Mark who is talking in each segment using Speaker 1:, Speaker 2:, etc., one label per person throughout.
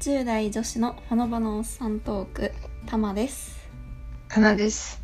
Speaker 1: 10代女子のほのぼのおっさんトークたまです
Speaker 2: かなです。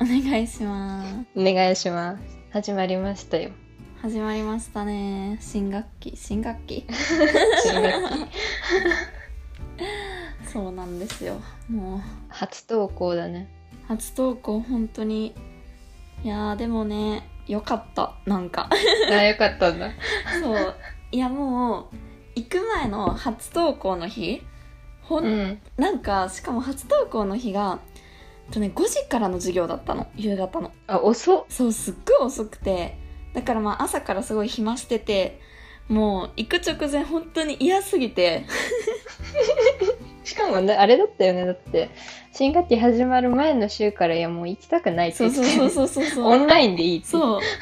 Speaker 1: お願いします
Speaker 2: お願いします。始まりました よ。
Speaker 1: 始まりましたね新学期新学期
Speaker 2: 新学期
Speaker 1: そうなんですよもう
Speaker 2: 初投稿だね。
Speaker 1: 初投稿本当にいやーでもねよかったなんか
Speaker 2: あ、よかったんだ。
Speaker 1: そういやもう行く前の初投稿の日ほん、
Speaker 2: うん。
Speaker 1: なんかしかも初登校の日がえっとね5時からの授業だったの夕方の
Speaker 2: あ、遅っ。
Speaker 1: そうすっごい遅くてだからまあ朝からすごい暇しててもう行く直前本当に嫌すぎて
Speaker 2: しかもね、あれだったよね。だって、新学期始まる前の週から、いや、もう行きたくないって
Speaker 1: そう
Speaker 2: 言って
Speaker 1: そうそうそうそう そう
Speaker 2: オンラインでいいって言って。
Speaker 1: そ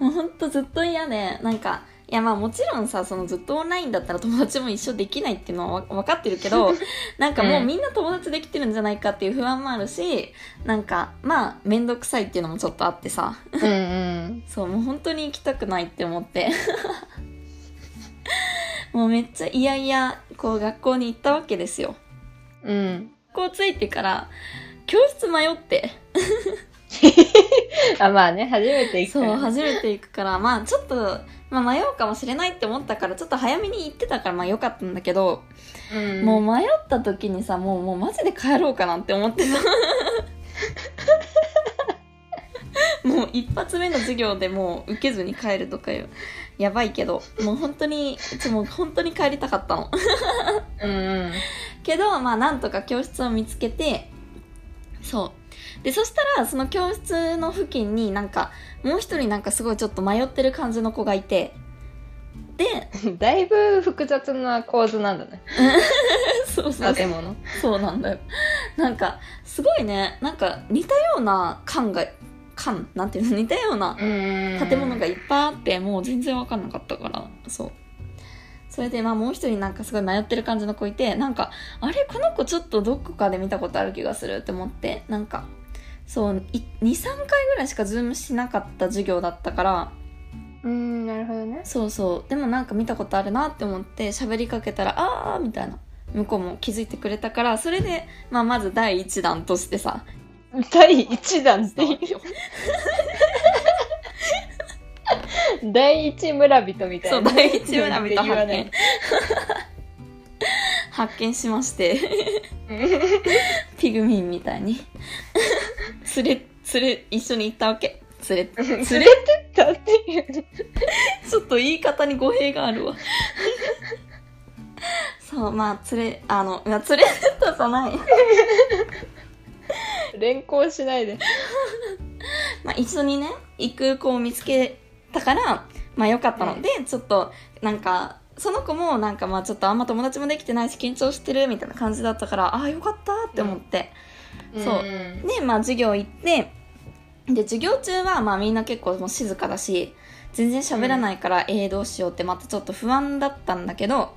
Speaker 1: う。もうほんとずっと嫌で、なんか、いやまあもちろんさ、そのずっとオンラインだったら友達も一緒できないっていうのはわ分かってるけど、 なんかもうみんな友達できてるんじゃないかっていう不安もあるし、なんかまあめんどくさいっていうのもちょっとあってさ、
Speaker 2: うんうん。
Speaker 1: そう、もう本当に行きたくないって思って。 もうめっちゃいやいや、こう学校に行ったわけですよ。
Speaker 2: うん。
Speaker 1: 学校着いてから、教室迷って。
Speaker 2: あ、まあね、初めて行くか
Speaker 1: そ
Speaker 2: ら
Speaker 1: う初めて行くからまあちょっと、まあ、迷うかもしれないって思ったからちょっと早めに行ってたからまあ良かったんだけど、
Speaker 2: うん、
Speaker 1: もう
Speaker 2: う、
Speaker 1: 迷った時にさもうもうマジで帰ろうかなって思 ってさもう一発目の授業でもう受けずに帰るとかいうやばいけどもう本当にうちもう本当に帰りたかったの
Speaker 2: うんうん。
Speaker 1: けどまあなんとか教室を見つけてそうでそしたらその教室の付近になんかもう一人なんかすごいちょっと迷ってる感じの子がいてで
Speaker 2: だいぶ複雑な構図なんだね。
Speaker 1: そうそう
Speaker 2: 建物。
Speaker 1: そうなんだよなんかすごいねなんか似たような感が感なんていうの似たような
Speaker 2: うんうん
Speaker 1: 建物がいっぱいあってもう全然わかんなかったからそうそれでまあもう一人なんかすごい迷ってる感じの子いてなんかあれこの子ちょっとどこかで見たことある気がするって思ってなんかそう23回ぐらいしかズームしなかった授業だったから
Speaker 2: うん、なるほどね。
Speaker 1: そうそうでもなんか見たことあるなって思って喋りかけたら「あー」みたいな向こうも気づいてくれたからそれで、まあ、まず第一弾としてさ
Speaker 2: 第一弾っていう。第一村人みたいな。
Speaker 1: そう第一村人
Speaker 2: って言わない
Speaker 1: 発見しま してピグミンみたいに連れ連れ一緒に行ったわけ連れ
Speaker 2: 連れ
Speaker 1: 連
Speaker 2: て
Speaker 1: れ
Speaker 2: ったっていう。
Speaker 1: ちょっと言い方に語弊がある わそうまあ連れあのいや連れてったじゃない
Speaker 2: 連行しないで。
Speaker 1: まあ、一緒にね行く子を見つけたからまあよかったので、ちょっとなんかその子もなんかまあちょっとあんま友達もできてないし緊張してるみたいな感じだったからああよかったって思って、そう
Speaker 2: うん
Speaker 1: でまあ授業行ってで授業中はまあみんな結構もう静かだし全然喋らないから、えーどうしようってまたちょっと不安だったんだけど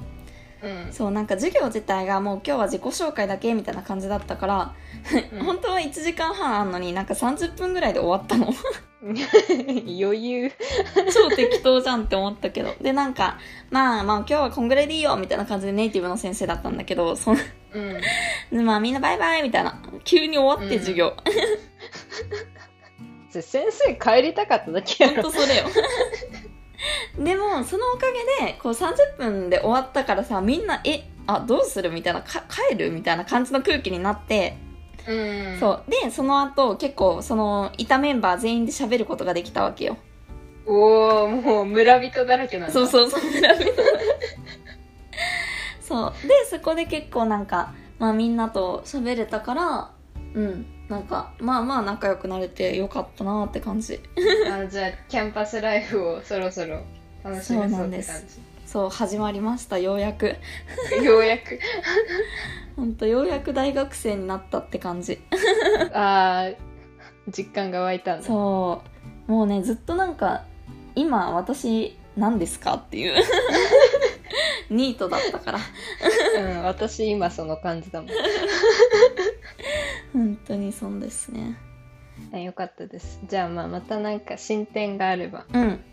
Speaker 2: うん。
Speaker 1: そうなんか授業自体がもう今日は自己紹介だけみたいな感じだったから、本当は1時間半あんのになんか30分ぐらいで終わったの
Speaker 2: 余裕。
Speaker 1: 超適当じゃんって思ったけど。で、なんか、まあまあ今日はこんぐらいでいいよみたいな感じでネイティブの先生だったんだけど、その、
Speaker 2: うん。
Speaker 1: まあみんなバイバイみたいな。急に終わって
Speaker 2: うん
Speaker 1: 授業。
Speaker 2: 先生帰りたかっただけや
Speaker 1: ほん
Speaker 2: ろ。
Speaker 1: とそ れよ。でも、そのおかげで、こう30分で終わったからさ、みんな、え、あ、どうするみたいな、か帰るみたいな感じの空気になって、
Speaker 2: うん
Speaker 1: そう。で、その後、結構、その、いたメンバー全員で喋ることができたわけよ。
Speaker 2: う。おお、もう村人だらけなんだ。
Speaker 1: そうそうそう村人そうでそこで結構なんか、まあ、みんなと喋れたからうんなんかまあまあ仲良くなれてよかったなって感じ
Speaker 2: あじゃあ、キャンパスライフをそろそろ楽し
Speaker 1: そ
Speaker 2: め
Speaker 1: う
Speaker 2: そ
Speaker 1: な
Speaker 2: うんっ
Speaker 1: で
Speaker 2: て
Speaker 1: す
Speaker 2: 感
Speaker 1: そう始まりましたようやく
Speaker 2: じ。ようやく。
Speaker 1: ほんとようやく大学生になったって感じ
Speaker 2: ああ、実感が湧いたんだ。
Speaker 1: そうもうねずっとなんか今私何ですかっていうニートだったから
Speaker 2: うん、私今その感じだもん。
Speaker 1: 本当にそうですね
Speaker 2: あよかったです。じゃあまあまたなんか進展があれば
Speaker 1: うん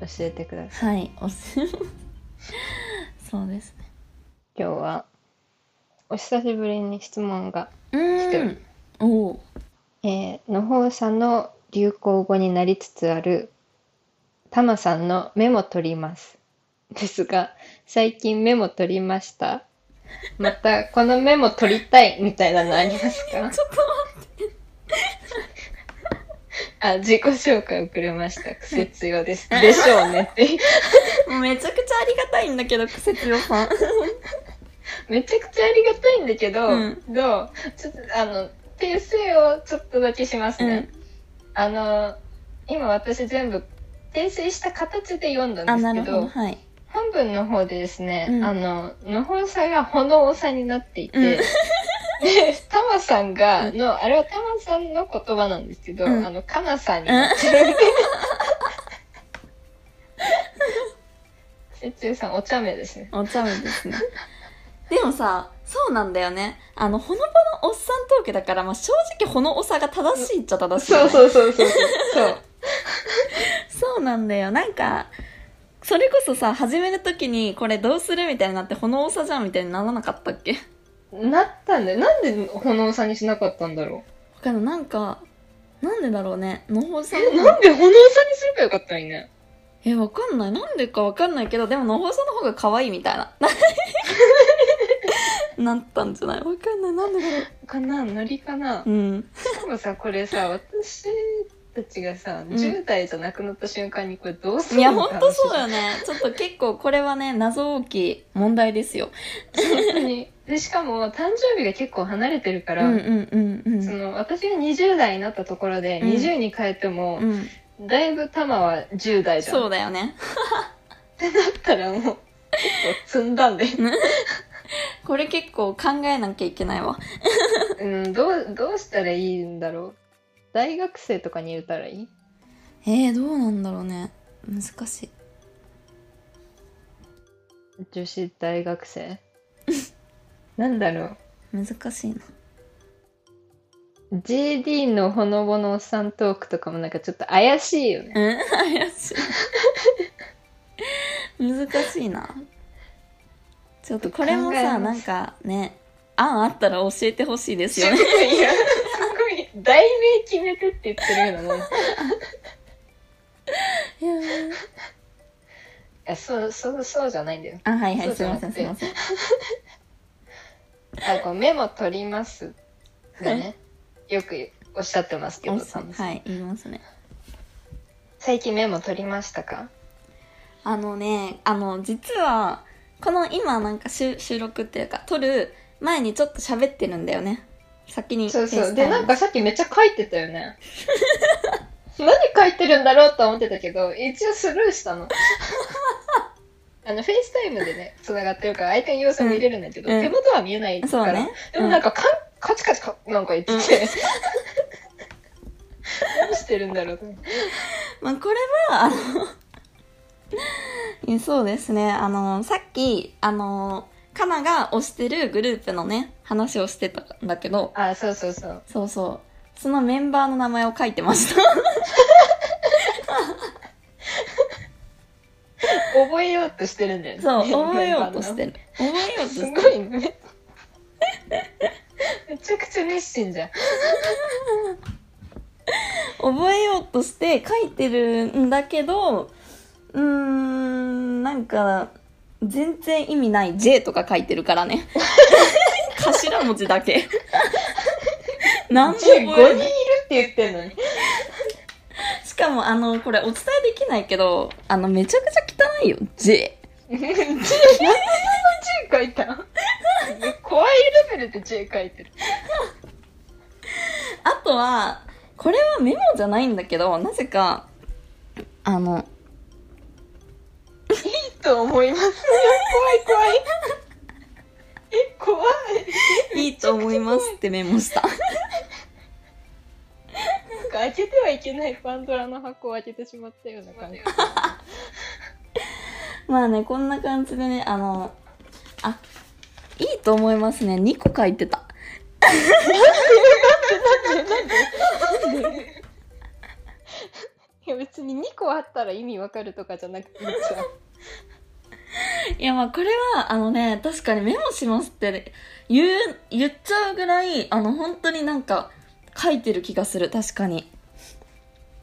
Speaker 2: 教えてください。
Speaker 1: はいおすそうです
Speaker 2: 今日はお久しぶりに質問が、
Speaker 1: う
Speaker 2: て
Speaker 1: ーん
Speaker 2: る
Speaker 1: おう
Speaker 2: えー、のほうさんの流行語になりつつあるたまさんのメモ取りますですが最近メモ取りましたまたこのメモ取りたいみたいなのありますか
Speaker 1: ちょっと
Speaker 2: あ自己紹介遅れました癖強ですでしょうねって
Speaker 1: もうめちゃくちゃありがたいんだけど、クセ強さん。
Speaker 2: めちゃくちゃありがたいんだけど、
Speaker 1: うん
Speaker 2: どうちょっとあの訂正をちょっとだけしますね、あの今私全部訂正した形で読んだ
Speaker 1: あ、
Speaker 2: ん
Speaker 1: な
Speaker 2: で
Speaker 1: る
Speaker 2: すけ
Speaker 1: ほど。
Speaker 2: ど
Speaker 1: はい。
Speaker 2: 本文の方でですね、
Speaker 1: うん
Speaker 2: あののほうさんがほのおさになっていて、
Speaker 1: うん
Speaker 2: でたまさんが
Speaker 1: うん
Speaker 2: のあれはたまさんの言葉なんですけど、
Speaker 1: うん
Speaker 2: あのかなさんになってる節約さんお茶目ですね
Speaker 1: お茶目ですね。でもさ、そうなんだよね。あの、ほのぼのおっさんトークだから、まあ、正直ほのおさが正しいっちゃ正しいよね、
Speaker 2: そうそうそうそうそう
Speaker 1: そうなんだよ。なんか、それこそさ、始めるときに、これどうするみたいになって、ほのおさじゃんみたいにならなかったっけ
Speaker 2: なったんだよ。なんで炎さんにしなかったんだろ
Speaker 1: 他のなんか、なんでだろうね。のほうさん
Speaker 2: う。
Speaker 1: の
Speaker 2: なんで炎さんにすればよかったのにね。
Speaker 1: え、わかんない。なんでかわかんないけど、でも、のほうさんの方が可愛いみたいな。 なったんじゃないわかんない。なんでだろ
Speaker 2: かなノリか
Speaker 1: う。
Speaker 2: な
Speaker 1: うん。
Speaker 2: しかもさ、これさ、私たちがさ、
Speaker 1: ん
Speaker 2: 10代じゃなくなった瞬間にこれどうす
Speaker 1: い
Speaker 2: る
Speaker 1: や、
Speaker 2: の
Speaker 1: ほんとそう
Speaker 2: よ。
Speaker 1: よね。ちょっと結構、これはね、謎大きい問題ですよ。
Speaker 2: 本当に。で、しかも誕生日が結構離れてるか
Speaker 1: う
Speaker 2: ら、
Speaker 1: んうんうんう
Speaker 2: そ
Speaker 1: ん。
Speaker 2: の私が20代になったところで、
Speaker 1: うん
Speaker 2: 20に変えても、
Speaker 1: うん、
Speaker 2: だいぶ玉は10代じゃん。
Speaker 1: そうだよね。
Speaker 2: だったらもう、結構積ん だんで。
Speaker 1: これ結構考えなきゃいけないわ。
Speaker 2: うん、どう、どうしたらいいんだろう。大学生とかに入れたらいい
Speaker 1: えー、どうなんだろうね難しい
Speaker 2: 女子大学 生なんだろ
Speaker 1: 難しいな
Speaker 2: う JD のほのぼのおっさんトークとかもなんかちょっと怪しいよね
Speaker 1: うん怪しい難しいなちょっとこれも
Speaker 2: 考え
Speaker 1: さ
Speaker 2: ます
Speaker 1: なんかね案あったら教えてほしいですよ
Speaker 2: す
Speaker 1: ね
Speaker 2: ごいよすごい題名決めてって言ってるようなもんい
Speaker 1: いやー
Speaker 2: やそうそうそうじゃないんだよ
Speaker 1: あはいは
Speaker 2: そ
Speaker 1: いうす
Speaker 2: じ
Speaker 1: い
Speaker 2: ゃ
Speaker 1: ま
Speaker 2: な
Speaker 1: せ
Speaker 2: く
Speaker 1: ん
Speaker 2: て
Speaker 1: すいません
Speaker 2: あこうメモ取りますがねよくおっしゃってますけど
Speaker 1: おしはい言いますね
Speaker 2: 最近メモ取りましたか
Speaker 1: あのねあの実はこの今なんか収収録っていうか撮る前にちょっと喋ってるんだよね先に
Speaker 2: そうそう
Speaker 1: FaceTime
Speaker 2: でなんかさっきめっちゃ書いてたよね 何書いてるんだろうと思ってたけど一応スルーし たのあのフェイスタイムでねつながってるから相手の様子も見れるんだけど、
Speaker 1: うん
Speaker 2: 手元は見えない
Speaker 1: そ
Speaker 2: か
Speaker 1: う
Speaker 2: ら、
Speaker 1: ね
Speaker 2: でもなんかかんカチカチかなんか言って て、何してるんだろうと思って
Speaker 1: まあ、これは、あの え、そうですね。あの、さっき、あの、カナが推してるグループのね、話をしてたんだけど、
Speaker 2: あそうそうそう
Speaker 1: そうそう。そのメンバーの名前を書いてま した。
Speaker 2: 覚えようとしてるんだよね
Speaker 1: そう、覚えようとして
Speaker 2: る
Speaker 1: る。覚えようと
Speaker 2: す
Speaker 1: してる。
Speaker 2: ごいねめちゃくちゃ熱心じゃん
Speaker 1: 覚えようとして書いてるんだけど、うーん、なんか、全然意味ない J とか書いてるから ね。頭文字だ け。何も覚え
Speaker 2: 15
Speaker 1: な
Speaker 2: 人
Speaker 1: い
Speaker 2: いるって言ってんのに
Speaker 1: しかも、あの、これお伝えできないけど、あの、めちゃくちゃ汚いよ。J。
Speaker 2: J 何で J 書いたん怖いレベルで J 書いてる。
Speaker 1: あとは、これはメモじゃないんだけど、なぜか、あの、
Speaker 2: いいと思いますよ。怖い怖い。え、怖い。
Speaker 1: いいと思いますってメモした。
Speaker 2: なんか開けてはいけないパンドラの箱を開けてしまったような感じ。
Speaker 1: まあね、こんな感じでね、あの、あ、いいと思いますね。2個書いてた。
Speaker 2: いや別に2個あったら意味わかるとかじゃなくてさ、
Speaker 1: いやまあこれはあのね確かにメモしますって言う言っちゃうぐらいあの本当になんか書いてる気がする確かに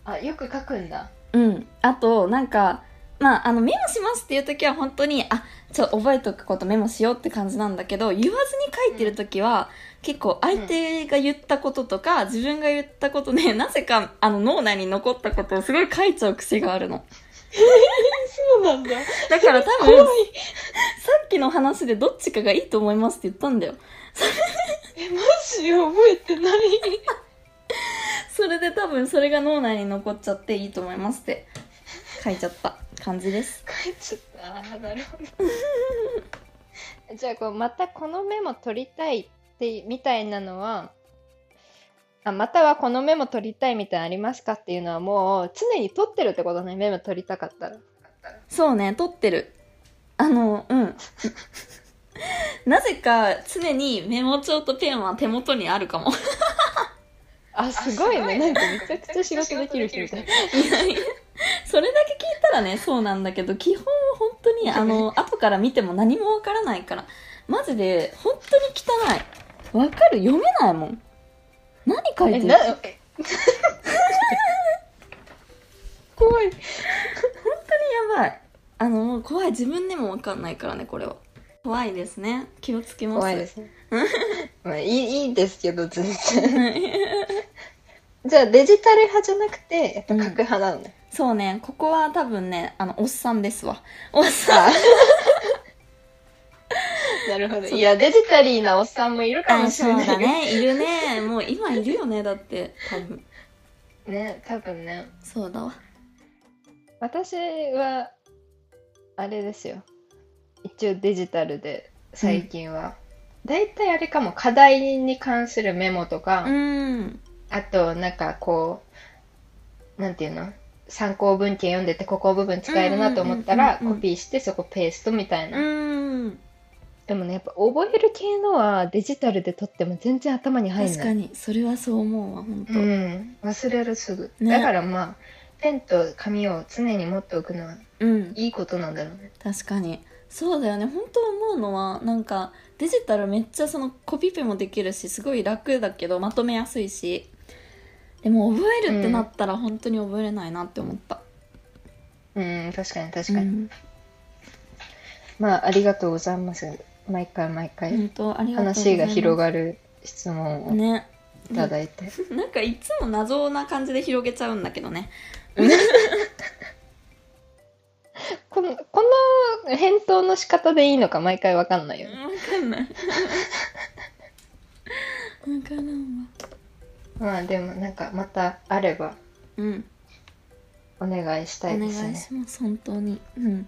Speaker 2: あよく書くんだ
Speaker 1: うんあとなんかまああのメモしますっていう時は本当にあちょ覚えとくことメモしようって感じなんだけど言わずに書いてる時は、結構相手が言ったこととか、自分が言ったことで、なぜかあの脳内に残ったことをすごい書いちゃう癖があるの
Speaker 2: そうなんだ
Speaker 1: だから多
Speaker 2: 怖
Speaker 1: 分
Speaker 2: い
Speaker 1: さっきの話でどっちかがいいと思いますって言ったんだよ
Speaker 2: えマジ覚えてない
Speaker 1: それで多分それが脳内に残っちゃっていいと思いますって書いちゃった感じです
Speaker 2: 書いちゃったあーなるほど じゃあこうまたこのメモ取りたいってみたいなのはあまたはこのメモ取りたいみたいなのありますかっていうのはもう常に取ってるってことねメモ取りたかったら
Speaker 1: そうね撮ってるあのうん なぜか常にメモ帳とペンは手元にあるかも
Speaker 2: あすごいねなんかめちゃくちゃ仕事できる人み たい
Speaker 1: いやいやそれだけ聞いたらねそうなんだけど基本は本当 にあの後から見ても何もわからないからマジで本当に汚いわかる読めないもん何書い
Speaker 2: え
Speaker 1: てる
Speaker 2: な 怖い
Speaker 1: やばいあのもう怖い自分でも分かんないからねこれは怖いですね気をつけます
Speaker 2: 怖いですね まあいいいいですけど全然
Speaker 1: はい
Speaker 2: じゃあデジタル派じゃなくてやっぱ
Speaker 1: うん
Speaker 2: 書く派なのね、
Speaker 1: そうねここは多分ねあのおっさんですわおっさん
Speaker 2: あ なるほどいやデジタリーなおっさんもいるかも
Speaker 1: あ
Speaker 2: し
Speaker 1: そう
Speaker 2: れない
Speaker 1: だねいるねもう今いるよねだって多分
Speaker 2: ね多分ね
Speaker 1: そうだわ
Speaker 2: 私はあれですよ一応デジタルで最近は、だいたいあれかも課題に関するメモとか、
Speaker 1: うん
Speaker 2: あとなんかこうなんていうの参考文献読んでてここ部分使えるなと思ったら
Speaker 1: うんうんうんうんうん
Speaker 2: コピーしてそこペーストみたいな、
Speaker 1: うん
Speaker 2: でもねやっぱ覚える系のはデジタルで撮っても全然頭に入んない
Speaker 1: 確かにそれはそう思うわ本当、
Speaker 2: うん、忘れるすぐ、
Speaker 1: ね
Speaker 2: だからまあペンと紙を常に持っておくのは
Speaker 1: うん、
Speaker 2: いいことなんだろうね
Speaker 1: 確かにそうだよね本当思うのはなんかデジタルめっちゃそのコピペもできるしすごい楽だけどまとめやすいしでも覚えるってなったら本当に覚えれないなって思った、
Speaker 2: うん確かに確
Speaker 1: う
Speaker 2: かに、
Speaker 1: ん、
Speaker 2: まあありがとうございます毎回毎回、
Speaker 1: 本当ありがとうござい
Speaker 2: 話
Speaker 1: ます
Speaker 2: が広がる質問を
Speaker 1: ね
Speaker 2: いただいて、
Speaker 1: なんかいつも謎な感じで広げちゃうんだけどね
Speaker 2: このこの返答の仕方でいいのか毎回わかんないよね、
Speaker 1: わかんないわからんわ
Speaker 2: まあでもなんかまたあれば
Speaker 1: うん
Speaker 2: お願いし
Speaker 1: お
Speaker 2: たい
Speaker 1: 願
Speaker 2: で
Speaker 1: い
Speaker 2: すね
Speaker 1: します本当にうん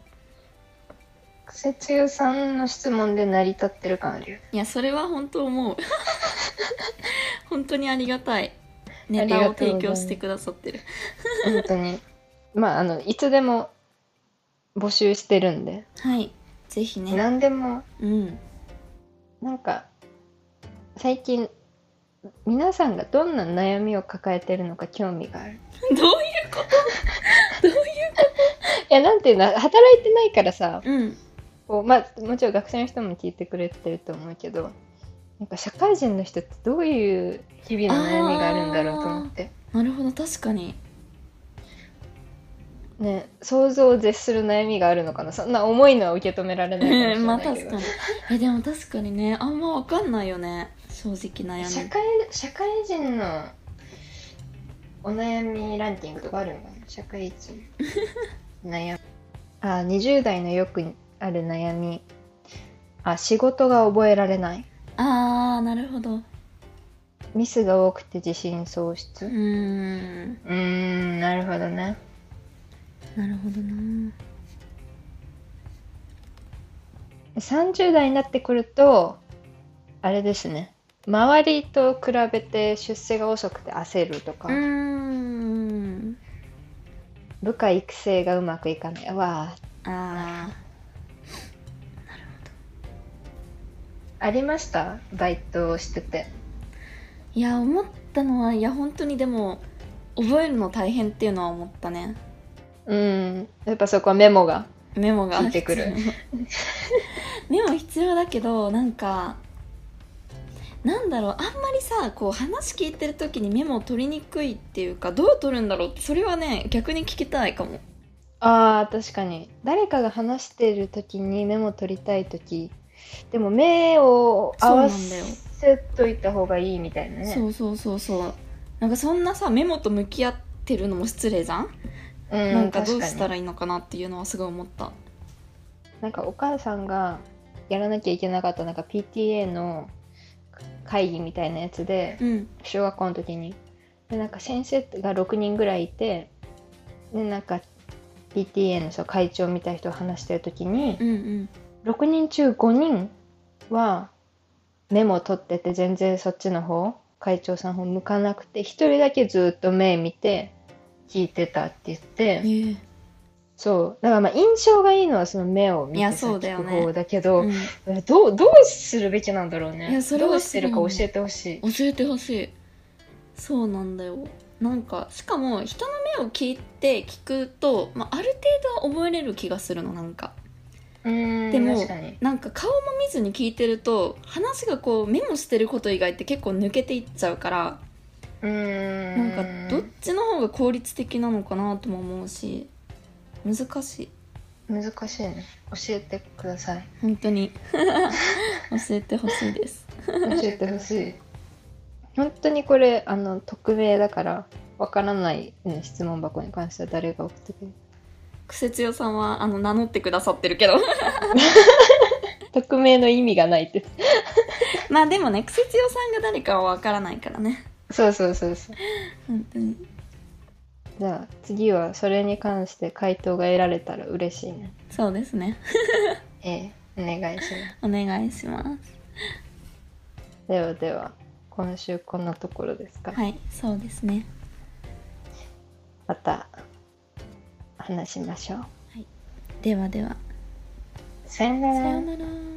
Speaker 2: 癖強さんの質問で成り立ってる感あるよね
Speaker 1: いやそれは本当 思う本当にありがたいネタを提供してくださってる
Speaker 2: 本当にまああのいつでも募集してるんで
Speaker 1: はいぜひね
Speaker 2: 何でも
Speaker 1: うん
Speaker 2: なんか最近皆さんがどんな悩みを抱えてるのか興味がある
Speaker 1: どういう
Speaker 2: いやなんていうの働いてないからさ
Speaker 1: うん
Speaker 2: こう、まあ、もちろん学生の人も聞いてくれてると思うけどなんか社会人の人ってどういう日々の悩みがあるんだろうと思って、
Speaker 1: なるほど確かに
Speaker 2: ね、想像を絶する悩みがあるのかなそんな重いのは受け止められないかもし
Speaker 1: う
Speaker 2: れ
Speaker 1: んまあ
Speaker 2: ないけ
Speaker 1: 確か
Speaker 2: ど、
Speaker 1: にえでも確かにねあんまわかんないよね正直悩
Speaker 2: 社
Speaker 1: み
Speaker 2: 会社会人のお悩みランキングとかあるのかな社会人悩み あ20代のよくある悩みあ仕事が覚えられない
Speaker 1: あーなるほどう
Speaker 2: ミスが多くて自信喪失
Speaker 1: ーん
Speaker 2: うーんなるほどね
Speaker 1: なるほどな
Speaker 2: 30代になってくるとあれですね周りと比べて出世が遅くて焦るとか、
Speaker 1: うーん
Speaker 2: 部下育成がうまくいかないわあ
Speaker 1: あ
Speaker 2: ありましたバイトをしてて
Speaker 1: ーいや思ったのはいや本当にでも覚えるの大変っていうのは思ったね
Speaker 2: うんやっぱそこはメモが
Speaker 1: メモが
Speaker 2: 聞いてくる
Speaker 1: メモ必要だけどなんかなんだろうあんまりさこう話聞いてる時にメモを取りにくいっていうかどう取るんだろうってそれはね逆に聞きたいかも
Speaker 2: あー確かに誰かが話してる時にメモ取りたい時でも目を合わせといた方がいいみたいなね
Speaker 1: そうそうそうそうなんかそんなさメモと向き合ってるのも失礼じゃん、
Speaker 2: う
Speaker 1: なんかどうした
Speaker 2: 確から
Speaker 1: いいのかなっていうのはすごい思った
Speaker 2: になんかお母さんがやらなきゃいけなかったなんか PTA の会議みたいなやつで
Speaker 1: うん
Speaker 2: 小学校の時にでなんか先生が6人ぐらいいてでなんか PTA のそう会長みたいな人を話してる時に
Speaker 1: うんうん
Speaker 2: 6人中5人はメモを取ってて全然そっちの方会長さんの方向かなくて1人だけずっと目見て聞いてたって言って
Speaker 1: ええ
Speaker 2: そうだからまあ印象がいいのはその目を見
Speaker 1: い
Speaker 2: て
Speaker 1: や
Speaker 2: さ
Speaker 1: そうだ
Speaker 2: 聞
Speaker 1: よ
Speaker 2: く
Speaker 1: ね
Speaker 2: 方だけど
Speaker 1: うん
Speaker 2: どうどうするべきなんだろうね
Speaker 1: いやそれ
Speaker 2: ど
Speaker 1: は
Speaker 2: う
Speaker 1: す
Speaker 2: し
Speaker 1: ごい
Speaker 2: てるか
Speaker 1: 思
Speaker 2: 教
Speaker 1: う
Speaker 2: えてほしい
Speaker 1: 教えてほしいそうなんだよなんかしかも人の目を聞いて聞くと、まあ、ある程度は覚えれる気がするのなんか
Speaker 2: うーん
Speaker 1: でも
Speaker 2: 確かに
Speaker 1: なんか顔も見ずに聞いてると話がこうメモしてること以外って結構抜けていっちゃうから
Speaker 2: うー
Speaker 1: なん
Speaker 2: ん
Speaker 1: かどっちの方が効率的なのかなとも思うし難しい
Speaker 2: 難しいね教えてください
Speaker 1: 本当 に教えてほしいです
Speaker 2: 教えてほしい本当にこれあの匿名だからわからない、ね、質問箱に関しては誰が送ってくれる
Speaker 1: クセ強さんはあの名乗ってくださってるけど
Speaker 2: 匿名の意味がないって
Speaker 1: まあでもねクセ強さんが誰かはわからないからね
Speaker 2: そうそうそうそう
Speaker 1: 本当に
Speaker 2: じゃあ次はそれに関して回答が得られたら嬉しいね
Speaker 1: そうですね
Speaker 2: ええお願いします
Speaker 1: お願いします
Speaker 2: ではでは今週こんなところですか、
Speaker 1: はいそうですね
Speaker 2: また話しましょう
Speaker 1: ではでは
Speaker 2: さよな
Speaker 1: さ
Speaker 2: ら
Speaker 1: ようなら